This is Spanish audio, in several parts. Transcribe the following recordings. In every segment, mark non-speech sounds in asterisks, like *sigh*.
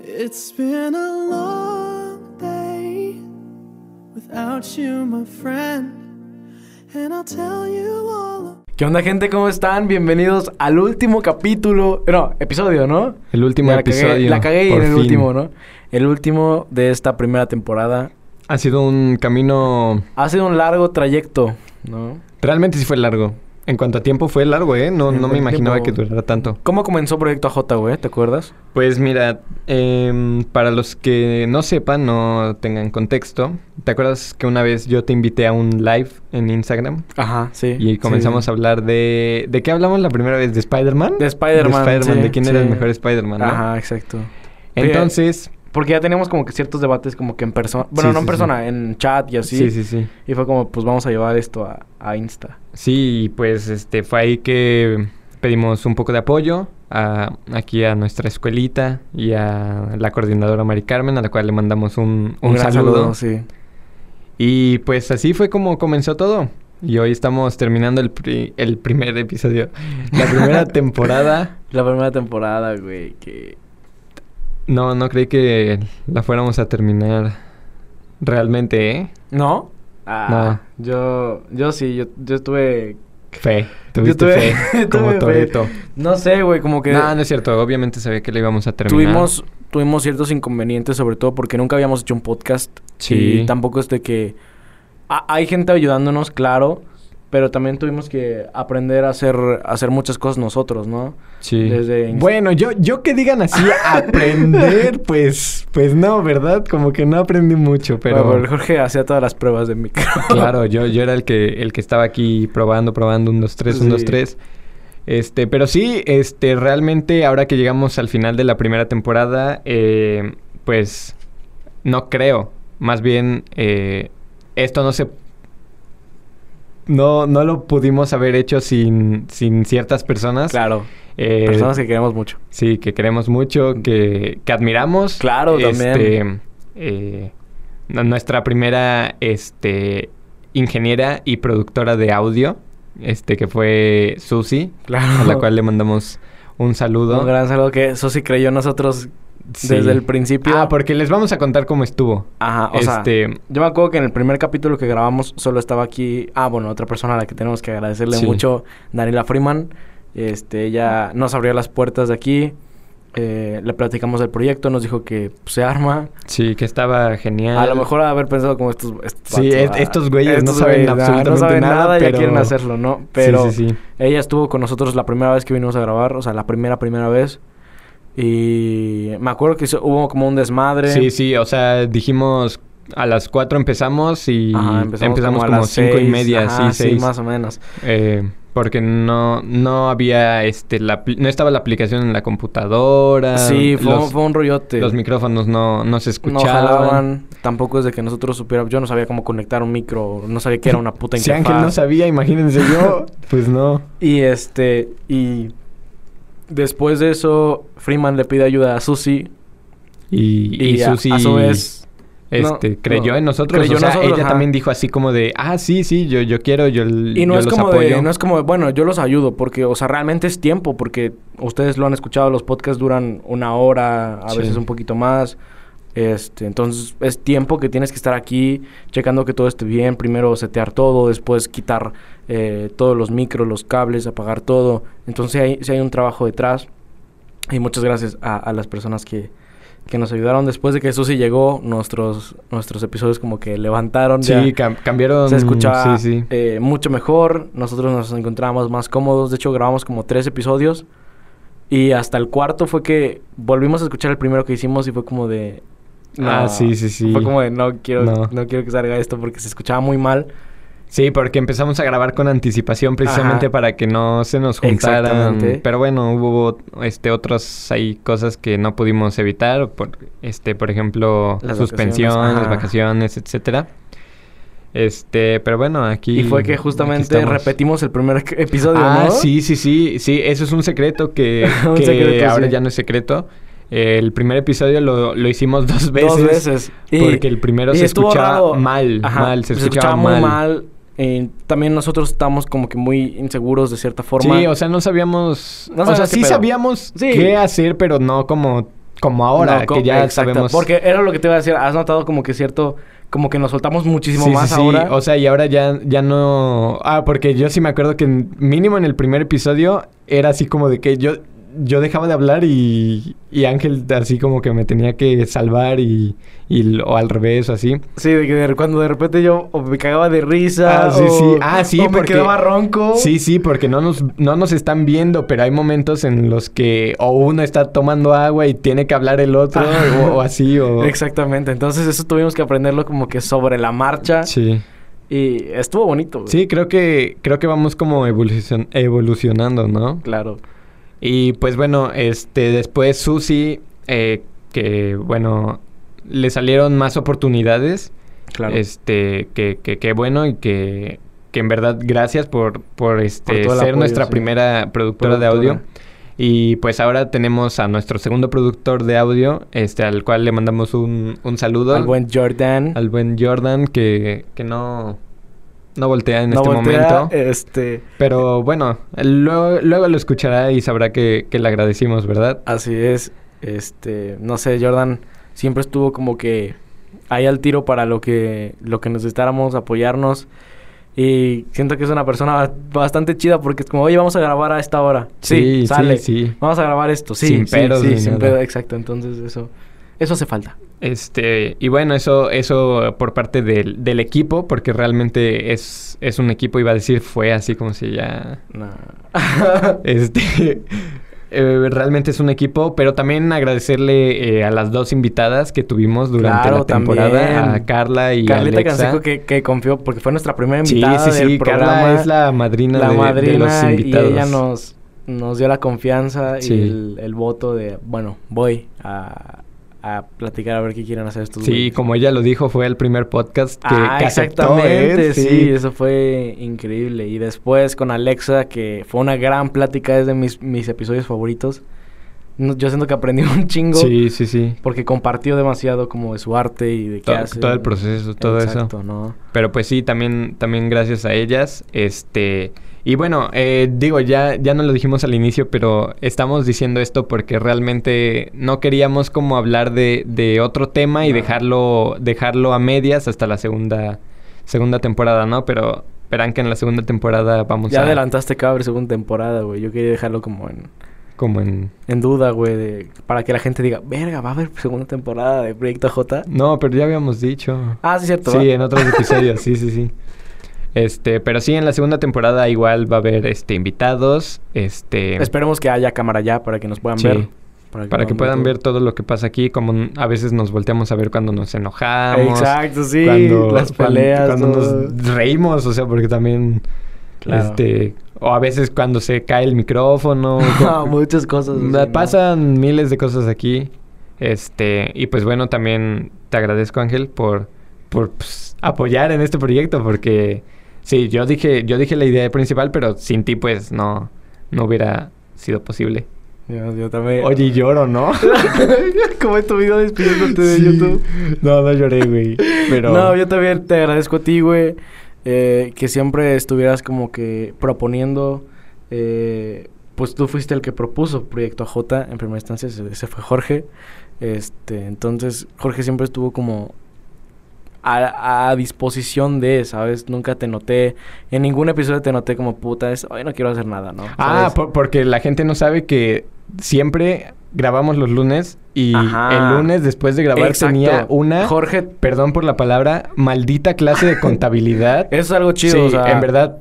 It's been a long day without you, my friend. And I'll tell you all. ¿Qué onda, gente? ¿Cómo están? Bienvenidos al último capítulo. No, episodio, ¿no? El último Ya la cagué- episodio. la cagué y por en el fin. último, ¿no? El último de esta primera temporada. Ha sido un camino. Ha sido un largo trayecto, ¿no? Realmente sí fue largo. En cuanto a tiempo fue largo, ¿eh? No, En no cuanto me a imaginaba tiempo- que durara tanto. ¿Cómo comenzó Proyecto AJ, güey? ¿Te acuerdas? Pues mira, em, para los que no sepan, no tengan contexto, ¿te acuerdas que una vez yo te invité a un live en Instagram? Ajá, sí. Y comenzamos a hablar de... ¿De qué hablamos la primera vez? ¿De Spider-Man? De Spider-Man, De Spider-Man, sí, de quién era el sí. mejor Spider-Man, ¿no? Ajá, exacto. Entonces... Porque ya teníamos como que ciertos debates como que en persona... Bueno, Sí, no en sí, persona, en chat y así. Sí, sí, sí. Y fue como, pues vamos a llevar esto a, a Insta. Sí, y pues este fue ahí que pedimos un poco de apoyo a, aquí a nuestra escuelita y a la coordinadora Mari Carmen, a la cual le mandamos un, un gran saludo. sí. Y pues así fue como comenzó todo. Y hoy estamos terminando el, pri- el primer episodio, *laughs* la primera temporada. La primera temporada, güey, que... No, no creí que la fuéramos a terminar realmente, ¿eh? ¿No? Ah, yo... Yo sí, yo, yo estuve... Fe, *laughs* tuviste tuve- fe, como tuve fe. Toreto. No sé, güey, como que... No, no es cierto, obviamente sabía que la íbamos a terminar. tuvimos, tuvimos ciertos inconvenientes, sobre todo porque nunca habíamos hecho un podcast. Sí. Y tampoco es de que... ha- hay gente ayudándonos, claro, pero también tuvimos que aprender a hacer, a hacer muchas cosas nosotros, ¿no? Sí. Desde Inst- Bueno, yo, yo que digan *laughs* así, aprender, pues, pues no, ¿verdad? Como que no aprendí mucho, pero. Bueno, Jorge hacía todas las pruebas de *laughs* micro. Claro, yo, yo era el que, el que estaba aquí probando, probando, un, dos, tres, un, dos, Sí. tres. Este, pero sí, este, realmente ahora que llegamos al final de la primera temporada, eh, pues no creo. Más bien, eh, esto no se... No, no lo pudimos haber hecho sin, sin ciertas personas. Claro. Eh, Personas que queremos mucho. Sí, que queremos mucho, que, que admiramos. Este, Claro, también. eh, n- nuestra primera este, ingeniera y productora de audio, este, que fue Susi, Claro. *laughs* a la cual le mandamos un saludo. Un gran saludo que eso sí creyó en nosotros Sí. desde el principio. Ah, porque les vamos a contar cómo estuvo. Ajá, o sea, este, yo me acuerdo que en el primer capítulo que grabamos solo estaba aquí... Ah, bueno, otra persona a la que tenemos que agradecerle Sí. mucho, Daniela Freeman. Este, ella nos abrió las puertas de aquí. eh, le platicamos del proyecto, nos dijo que pues, se arma. sí, que estaba genial. A lo mejor haber pensado como estos... estos Sí, vatos, es- ah, estos güeyes no saben ah, absolutamente nada, ya pero- quieren hacerlo, ¿no? Sí, Pero... sí, sí. Ella estuvo con nosotros la primera vez que vinimos a grabar, o sea, la primera, primera vez. Y me acuerdo que hizo- hubo como un desmadre. Sí, sí, o sea, dijimos a las 4 empezamos y Ajá, empezamos, a como las 5 y seis, media, ajá, sí, 6. más o menos. Eh, porque no, no había, este, la, apli- no estaba la aplicación en la computadora. sí, fue, Em, los, fue un rollote. los micrófonos no, no no se escuchaban. jalaban. Tampoco es de que nosotros supiéramos. Yo no sabía cómo conectar un micro. No sabía que era una *laughs* puta si interfaz. Ángel no sabía, imagínense *laughs* yo, pues no. Y este, y después de eso, Freeman le pide ayuda a Susi. Y, y, a- Susi, a, su vez, este, no, creyó no, en nosotros. creyó o en sea, nosotros, ella ajá. también dijo así como de, ah, sí, sí, yo, yo quiero, yo, l- Y no yo es los como apoyo. de, no es como de, bueno, yo los ayudo, porque, o sea, realmente es tiempo, porque ustedes lo han escuchado, los podcasts duran una hora, a Sí. veces un poquito más. Este, entonces es tiempo que tienes que estar aquí checando que todo esté bien, primero setear todo, después quitar eh, todos los micros, los cables, apagar todo. Entonces hay, sí hay un trabajo detrás. Y muchas gracias a, a las personas que, que nos ayudaron. Después de que Susi llegó, nuestros, nuestros episodios como que levantaron. ya. Sí, cam- cambiaron. Se escuchaba Mm, Sí, sí. eh, mucho mejor. Nosotros nos encontrábamos más cómodos. De hecho, grabamos como tres episodios. Y hasta el cuarto fue que volvimos a escuchar el primero que hicimos y fue como de... Ah, sí, sí, sí. Fue como de no quiero, no. No. quiero que salga esto porque se escuchaba muy mal. Sí, porque empezamos a grabar con anticipación precisamente Ajá. para que no se nos juntaran. Exactamente. Pero bueno, hubo este otras hay cosas que no pudimos evitar, por, este, por ejemplo, Las suspensión, vacaciones, las ajá. vacaciones, etcétera. Este, pero bueno, aquí Y, fue que aquí justamente estamos. repetimos el primer *laughs* que- episodio, Ah, ¿no? sí, sí, sí, sí, eso es un secreto que, *laughs* Un que secreto, ahora sí. ya no es secreto. El primer episodio lo, lo hicimos dos veces. Dos veces. porque el primero y se estuvo escuchaba raro. mal, mal, se escuchaba muy mal. mal. Eh, también nosotros estamos como que muy inseguros de cierta forma. Sí, o sea, no sabíamos. No o sea, sabíamos qué sí pedo. sabíamos Sí. qué hacer, pero no como como ahora, No, co- que ya exacto, sabemos. Porque era lo que te iba a decir. Has notado como que cierto... Como que nos soltamos muchísimo Sí, más sí, sí. ahora. O sea, y ahora ya, ya no. Ah, porque yo sí me acuerdo que en- mínimo en el primer episodio era así como de que yo, yo dejaba de hablar y, y Ángel así como que me tenía que salvar y, y l- o al revés o así. Sí, de que de- cuando de repente yo o me cagaba de risa. Ah, sí, o, sí. Ah, sí, o me porque- quedaba ronco. Sí, sí, porque no nos, no nos están viendo, pero hay momentos en los que o uno está tomando agua y tiene que hablar el otro Ajá. o, o así o... Exactamente. Entonces eso tuvimos que aprenderlo como que sobre la marcha. Sí. Y estuvo bonito. güey. Sí, creo que, creo que vamos como evolucion- evolucionando, ¿no? Claro. Y pues bueno, este, después Susi, eh, que bueno, le salieron más oportunidades. Claro. Este, que, que, que bueno y que, que en verdad gracias por, por este, Por todo el ser apoyo, nuestra sí. primera productora, de Productora. audio. Y pues ahora tenemos a nuestro segundo productor de audio, este, al cual le mandamos un, un saludo. Al buen Jordan. al buen Jordan, que, que no, no voltea en No este voltea, momento. Este, Pero bueno, luego, luego lo escuchará y sabrá que, que le agradecimos, ¿verdad? así es. Este, no sé, Jordan siempre estuvo como que ahí al tiro para lo que lo que necesitáramos, apoyarnos. Y siento que es una persona bastante chida porque es como, oye, vamos a grabar a esta hora. Sí, sale. sí, sí. Vamos a grabar esto, sí. Sin sí, pedos sí, ni sin nada. pedo, exacto. Entonces, eso eso hace falta. Este, y bueno, eso, eso por parte del, del equipo, porque realmente es, es un equipo, iba a decir, fue así como *laughs* si ya. Nah. Este. eh, realmente es un equipo, pero también agradecerle eh, a las dos invitadas que tuvimos durante Claro, la temporada, también. a Carla y Carlita Alexa. Canseco que, que confió porque fue nuestra primera sí, invitada sí, del sí, Carla programa. es la madrina, la de, de los madrina y invitados. ella nos, nos dio la confianza Sí. y el, el voto de, bueno, voy a, a platicar a ver qué quieren hacer estos Sí, güeyes. como ella lo dijo, fue el primer podcast que, Ah, que aceptó, ¿eh? exactamente, sí. eso fue increíble. Y después con Alexa, que fue una gran plática, es de mis, mis episodios favoritos. No, Yo siento que aprendí *laughs* un chingo Sí, sí, sí. porque compartió demasiado como de su arte y de qué To- hace. todo el proceso, todo Exacto, eso. ¿no? Pero pues sí, también, también gracias a ellas. Este. Y bueno, eh, digo, ya, ya no lo dijimos al inicio, pero estamos diciendo esto porque realmente no queríamos como hablar de, de otro tema y No. dejarlo, dejarlo a medias hasta la segunda, segunda temporada, ¿no? Pero verán que en la segunda temporada vamos Ya a adelantaste cada segunda temporada, güey. Yo quería dejarlo como en, como en en duda, güey, de- para que la gente diga, verga, va a haber segunda temporada de Proyecto J. No, pero ya habíamos dicho. Ah, sí, cierto. Sí, ¿verdad? en otros episodios, sí, sí, sí. Este, pero sí, en la segunda temporada igual va a haber este invitados. Este. Esperemos que haya cámara ya para que nos puedan Sí. ver. Para que puedan ver todo lo que pasa aquí, como n- a veces nos volteamos a ver cuando nos enojamos. Exacto, sí. cuando, las cuan- peleas. Cuando, todo. nos reímos, o sea, porque también. Claro. *laughs* Este. O a veces cuando se cae el micrófono. co- Ah, Muchas cosas. Na- así, ¿no? Pasan miles de cosas aquí. Este, y pues bueno, también te agradezco, Ángel, por, por pues, apoyar en este proyecto, porque sí, yo dije, yo dije la idea principal, pero sin ti, pues no, no hubiera sido posible. Yo, yo también. *laughs* Oye, y lloro, ¿no? como en tu video despidiéndote Sí. de YouTube. *laughs* No, no lloré, güey. Pero. No, yo también te agradezco a ti, güey. eh, que siempre estuvieras como que proponiendo. eh, pues tú fuiste el que propuso Proyecto J en primera instancia, ese, ese fue Jorge. Este, entonces, Jorge siempre estuvo como a, a disposición de, ¿sabes? Nunca te noté, en ningún episodio te noté como puta, es, hoy no quiero hacer nada, ¿no? Ah, ¿Sabes? por- porque la gente no sabe que siempre grabamos los lunes y Ajá. el lunes después de grabar Exacto. tenía una. Jorge, perdón por la palabra, maldita clase de *laughs* contabilidad. eso es algo chido, sí, o sea, en verdad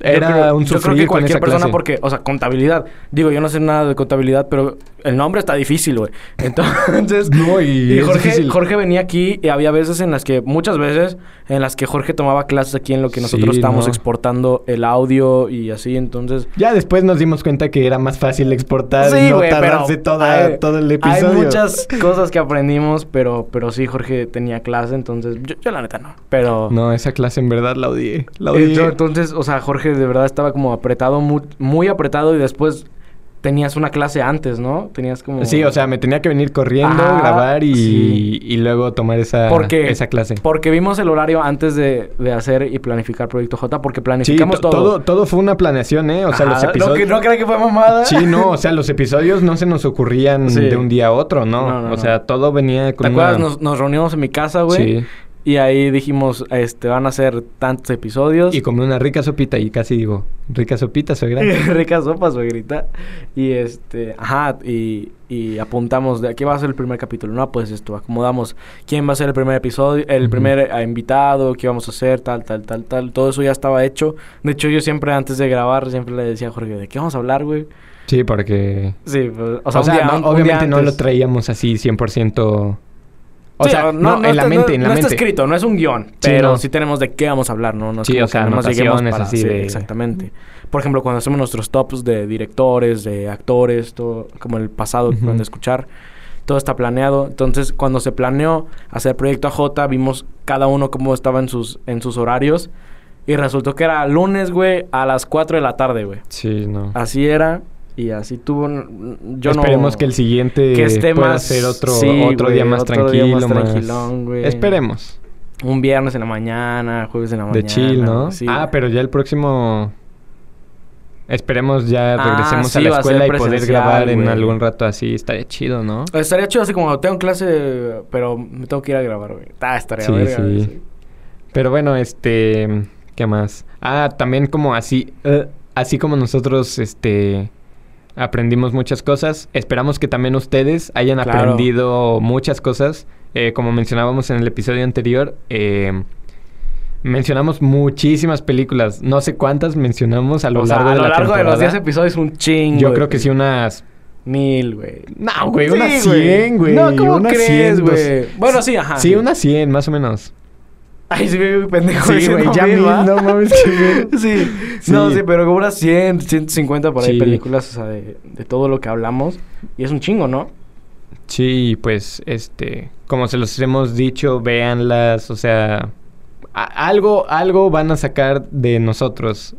Yo era creo- un Yo sufrir creo que con cualquier esa persona, clase. porque, o sea, contabilidad. Digo, yo no sé nada de contabilidad, pero el nombre está difícil, güey. *laughs* Entonces. No, y y es Jorge, difícil. Jorge venía aquí y había veces en las que, muchas veces, en las que Jorge tomaba clases aquí en lo que nosotros Sí, estábamos no. exportando el audio y así, entonces. Ya después nos dimos cuenta que era más fácil exportar y no tardarse toda- hay- todo el hay episodio. *laughs* muchas cosas que aprendimos, pero, pero sí, Jorge tenía clase, entonces yo, yo la neta no. Pero. No, esa clase en verdad la Eh, odié. La odié. Ento- Entonces, o sea, Jorge de verdad estaba como apretado, mu- muy, apretado y después tenías una clase antes, ¿no? Tenías como... Sí, o sea, me tenía que venir corriendo, Ajá, grabar y, Ah, sí. y luego tomar esa, Porque- esa clase. Porque vimos el horario antes de, de hacer y planificar Proyecto J, porque Sí, planificamos to- todo. todo, todo fue una planeación, ¿eh? O sea, los Ajá, no episodios... que- No, creo que fue mamada. Sí, no, o sea, los episodios no se nos ocurrían Sí. de un día a otro, ¿no? No, no, o no. sea, todo venía *laughs* con ¿Te acuerdas? una- Nos, nos reunimos en mi casa, güey. Sí. Y ahí dijimos, este, van a ser tantos episodios. Y comí una rica sopita y casi digo, rica sopita, *laughs* suegra. *laughs* Ricas sopas, güey, grita. Y este, ajá, y, y apuntamos de aquí va a ser el primer capítulo. No, pues esto, acomodamos quién va a ser el primer episodio, el Ujú. primer eh, invitado, qué vamos a hacer, tal, tal, tal, tal. Todo eso ya estaba hecho. De hecho, yo siempre antes de grabar, siempre le decía a Jorge, ¿de qué vamos a hablar, güey? Sí, porque... Sí, pues, O sea, no- un- un obviamente día no antes. lo traíamos así 100%... O Sí, sea, no, en la está- mente, en la no mente. está escrito, no es un guión, pero no. sí tenemos de qué vamos a hablar, ¿no? no es Sí, como o sea, que nada más lleguemos anotaciones así sí, de- Exactamente. Por ejemplo, cuando hacemos nuestros tops de directores, de actores, todo, como el pasado que Ujú. pueden escuchar, todo está planeado. Entonces, cuando se planeó hacer Proyecto AJ, vimos cada uno cómo estaba en sus, en sus horarios y resultó que era lunes, güey, a las 4 de la tarde, güey. Sí, no. Así era y así tuvo... n- Ah, Yo no- Esperemos que el siguiente que esté pueda más- ser otro, sí, otro día güey, más otro día tranquilo. más más- tranquilón, güey. Esperemos. Un viernes en la mañana, jueves en la de mañana. chill, ¿no? Sí, ah, güey. pero ya el próximo... Esperemos ya Ah, regresemos sí, a va la a ser escuela y poder presencial, grabar en güey. algún rato así. Estaría chido, ¿no? Estaría chido así como tengo clase, pero me tengo que ir a grabar, güey. Ah, estaría Sí, verga, sí. güey, sí. Pero bueno, este... ¿Qué más? Ah, también como así... eh, así como nosotros, este... Aprendimos muchas cosas. Esperamos que también ustedes hayan Claro. aprendido muchas cosas. Eh, como mencionábamos en el episodio anterior, eh, mencionamos muchísimas películas. No sé cuántas mencionamos a lo O sea, largo, a de, lo la largo de los 10 temporada. episodios un chingo. Yo güey. creo que sí unas... Mil, güey. No, güey, Sí, unas 100, güey. No, ¿cómo unas crees, 100, dos- güey? Bueno, sí, ajá. Sí, unas 100, más o menos. Ay, *laughs* sí, güey, pendejo. Sí, diciendo güey, ya mil, mil, ¿va? no mames, qué *laughs* bien. sí. Sí. No, sí, pero como unas 100, 150 por ahí Sí. películas, o sea, de, de todo lo que hablamos. Y es un chingo, ¿no? Sí, pues, este, como se los hemos dicho, véanlas, o sea, a- algo, algo van a sacar de nosotros,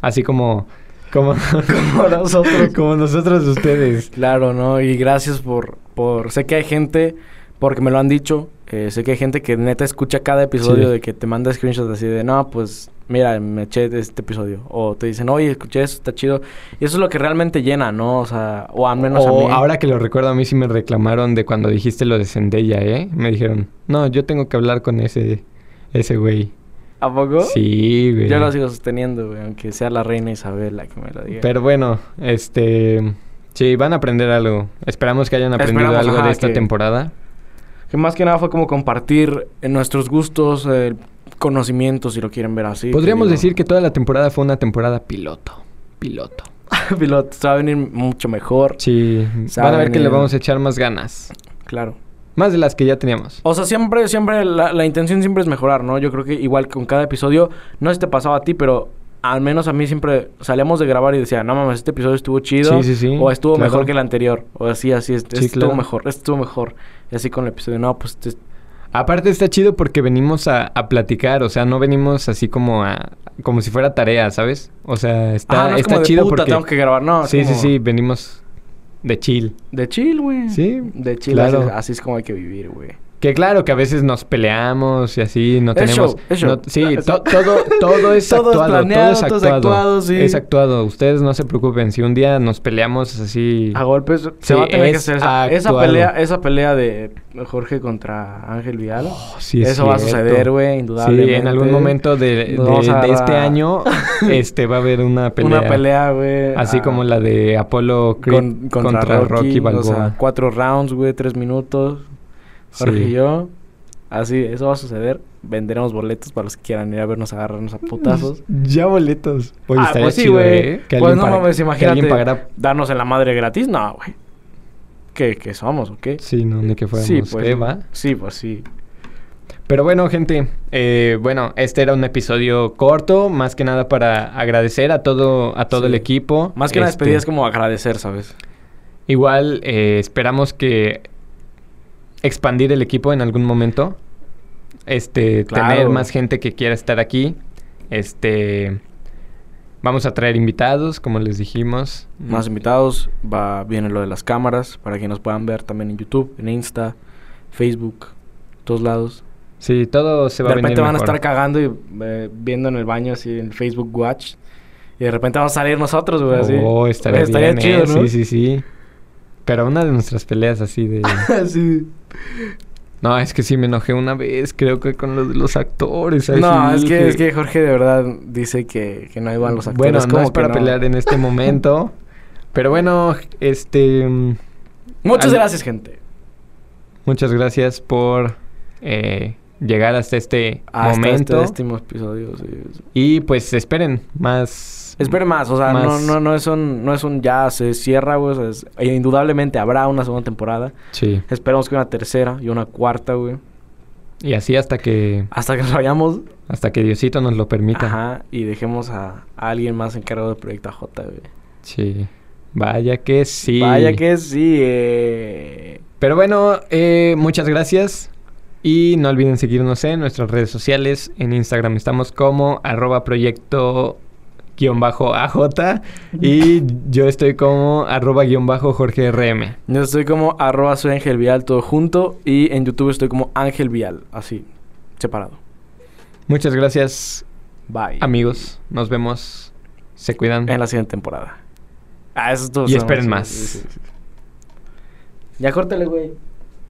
así como, como, *laughs* Como nosotros. como nosotros de ustedes. Claro, ¿no? Y gracias por, por... Sé que hay gente, porque me lo han dicho, eh, sé que hay gente que neta escucha cada episodio Sí. de que te manda screenshots así de, no, pues mira, me eché de este episodio. O te dicen, oye, escuché eso, está chido. Y eso es lo que realmente llena, ¿no? O sea, o al menos a o mí. ahora que lo recuerdo, a mí sí me reclamaron de cuando dijiste lo de Zendaya, ¿eh? Me dijeron, no, yo tengo que hablar con ese, ese güey. ¿A poco? Sí, güey. Yo lo sigo sosteniendo, güey, aunque sea la reina Isabel la que me lo diga. Pero bueno, este, sí, van a aprender algo. Esperamos que hayan aprendido Esperamos, algo ajá, de esta que- temporada. Que más que nada fue como compartir eh, nuestros gustos, eh, conocimientos, si lo quieren ver así. Podríamos Te digo, decir *laughs* que toda la temporada fue una temporada piloto. Piloto. Piloto, se va a venir mucho mejor. Sí. Van a ver Saben, que le eh, vamos a echar más ganas. Claro. Más de las que ya teníamos. O sea, siempre, siempre, la, la intención siempre es mejorar, ¿no? Yo creo que igual con cada episodio, no sé si te pasaba a ti, pero al menos a mí siempre salíamos de grabar y decía, no mames, este episodio estuvo chido. Sí, sí, sí, O estuvo claro. mejor que el anterior. O así, así, este Sí, estuvo claro. mejor, este estuvo mejor. Y así con el episodio, no, pues este- Aparte está chido porque venimos a, a platicar, o sea, no venimos así como a como si fuera tarea, ¿sabes? O sea, está, ah, no es está como de chido puta, porque tengo que grabar, no. es sí, sí, como sí, venimos de chill. De chill, güey. Sí, De chill, claro. así, es- así es como hay que vivir, güey. Que claro que a veces nos peleamos y así, no Es tenemos. show, es show. no- sí, to- todo, todo *laughs* es Todo es actuado, planeado, todo todo es es actuado. actuado, sí. Es actuado. Ustedes no se preocupen. Si un día nos peleamos así. A golpes Sí, se va a tener que es hacer esa, esa actuado. pelea, esa pelea de Jorge contra Ángel Vidal. Oh, sí, es Eso va a cierto. suceder, güey, indudablemente. Sí, en algún momento de, Nos de- vamos a de este agarrar. *laughs* año este va a haber una pelea. Una pelea, güey. Así ah, como la de Apolo Creed con- contra, Rocky, O Balboa. sea, cuatro rounds, güey, tres minutos. Jorge Sí. y yo. Así, eso va a suceder. Venderemos boletos para los que quieran ir a vernos agarrarnos a putazos. Ya boletos. *laughs* Oye, ah, estaría pues sí, chido, güey. ¿eh? Que Pues alguien no pagara- mames, que imagínate. alguien pagara- Darnos en la madre gratis, no, güey. ¿Qué, ¿Qué somos o qué? Sí, no, ni que fuéramos. Sí, pues. ¿eh, va? Sí, pues sí. Pero bueno, gente, eh, bueno, este era un episodio corto, más que nada para agradecer a todo, a todo Sí. el equipo. Más que una Este, despedida es como agradecer, ¿sabes? Igual eh, esperamos que expandir el equipo en algún momento. Este, Claro. tener más gente que quiera estar aquí. Este, Vamos a traer invitados, como les dijimos. Más invitados, va, viene lo de las cámaras, para que nos puedan ver también en YouTube, en Insta, Facebook, todos lados. Sí, todo se va de a venir repente van a mejor. estar cagando y eh, viendo en el baño así en Facebook Watch. Y de repente vamos a salir nosotros, güey, así. Oh, estaría, Güey, estaría bien, chido, eh, ¿no? Sí, sí, sí. Pero una de nuestras peleas así de... *laughs* Sí. No, es que sí me enojé una vez, creo que con los, los actores. ahí No, sí es que, dije- es que Jorge de verdad dice que, que no hay van los actores. Bueno, no como es que para no. pelear en este momento. *laughs* Pero bueno, este... mm, Muchas Al- gracias, gente. Muchas gracias por eh, llegar hasta este Hasta momento. este último episodio. sí, sí. Y pues esperen más... Esperen más, o sea, No, Más. no, no, es un, no es un ya se cierra, güey. o sea, es- e indudablemente habrá una segunda temporada. Sí. Esperamos que una tercera y una cuarta, güey. Y así hasta que... Hasta que nos vayamos. Hasta que Diosito nos lo permita. Ajá, y dejemos a, a alguien más encargado del proyecto AJ, güey. Sí. Vaya que sí. Vaya que sí. eh. Pero bueno, eh, muchas gracias. Y no olviden seguirnos en nuestras redes sociales. En Instagram estamos como arroba proyecto guión bajo AJ. Y yo estoy como arroba guión bajo Jorge RM. Yo estoy como arroba soy Ángel Vial todo junto y en YouTube estoy como Ángel Vial, así, separado. Muchas gracias, Bye. amigos. Nos vemos. Se cuidan. En la siguiente temporada. Ah, eso es todo. Y esperen más. Ya córtale, güey.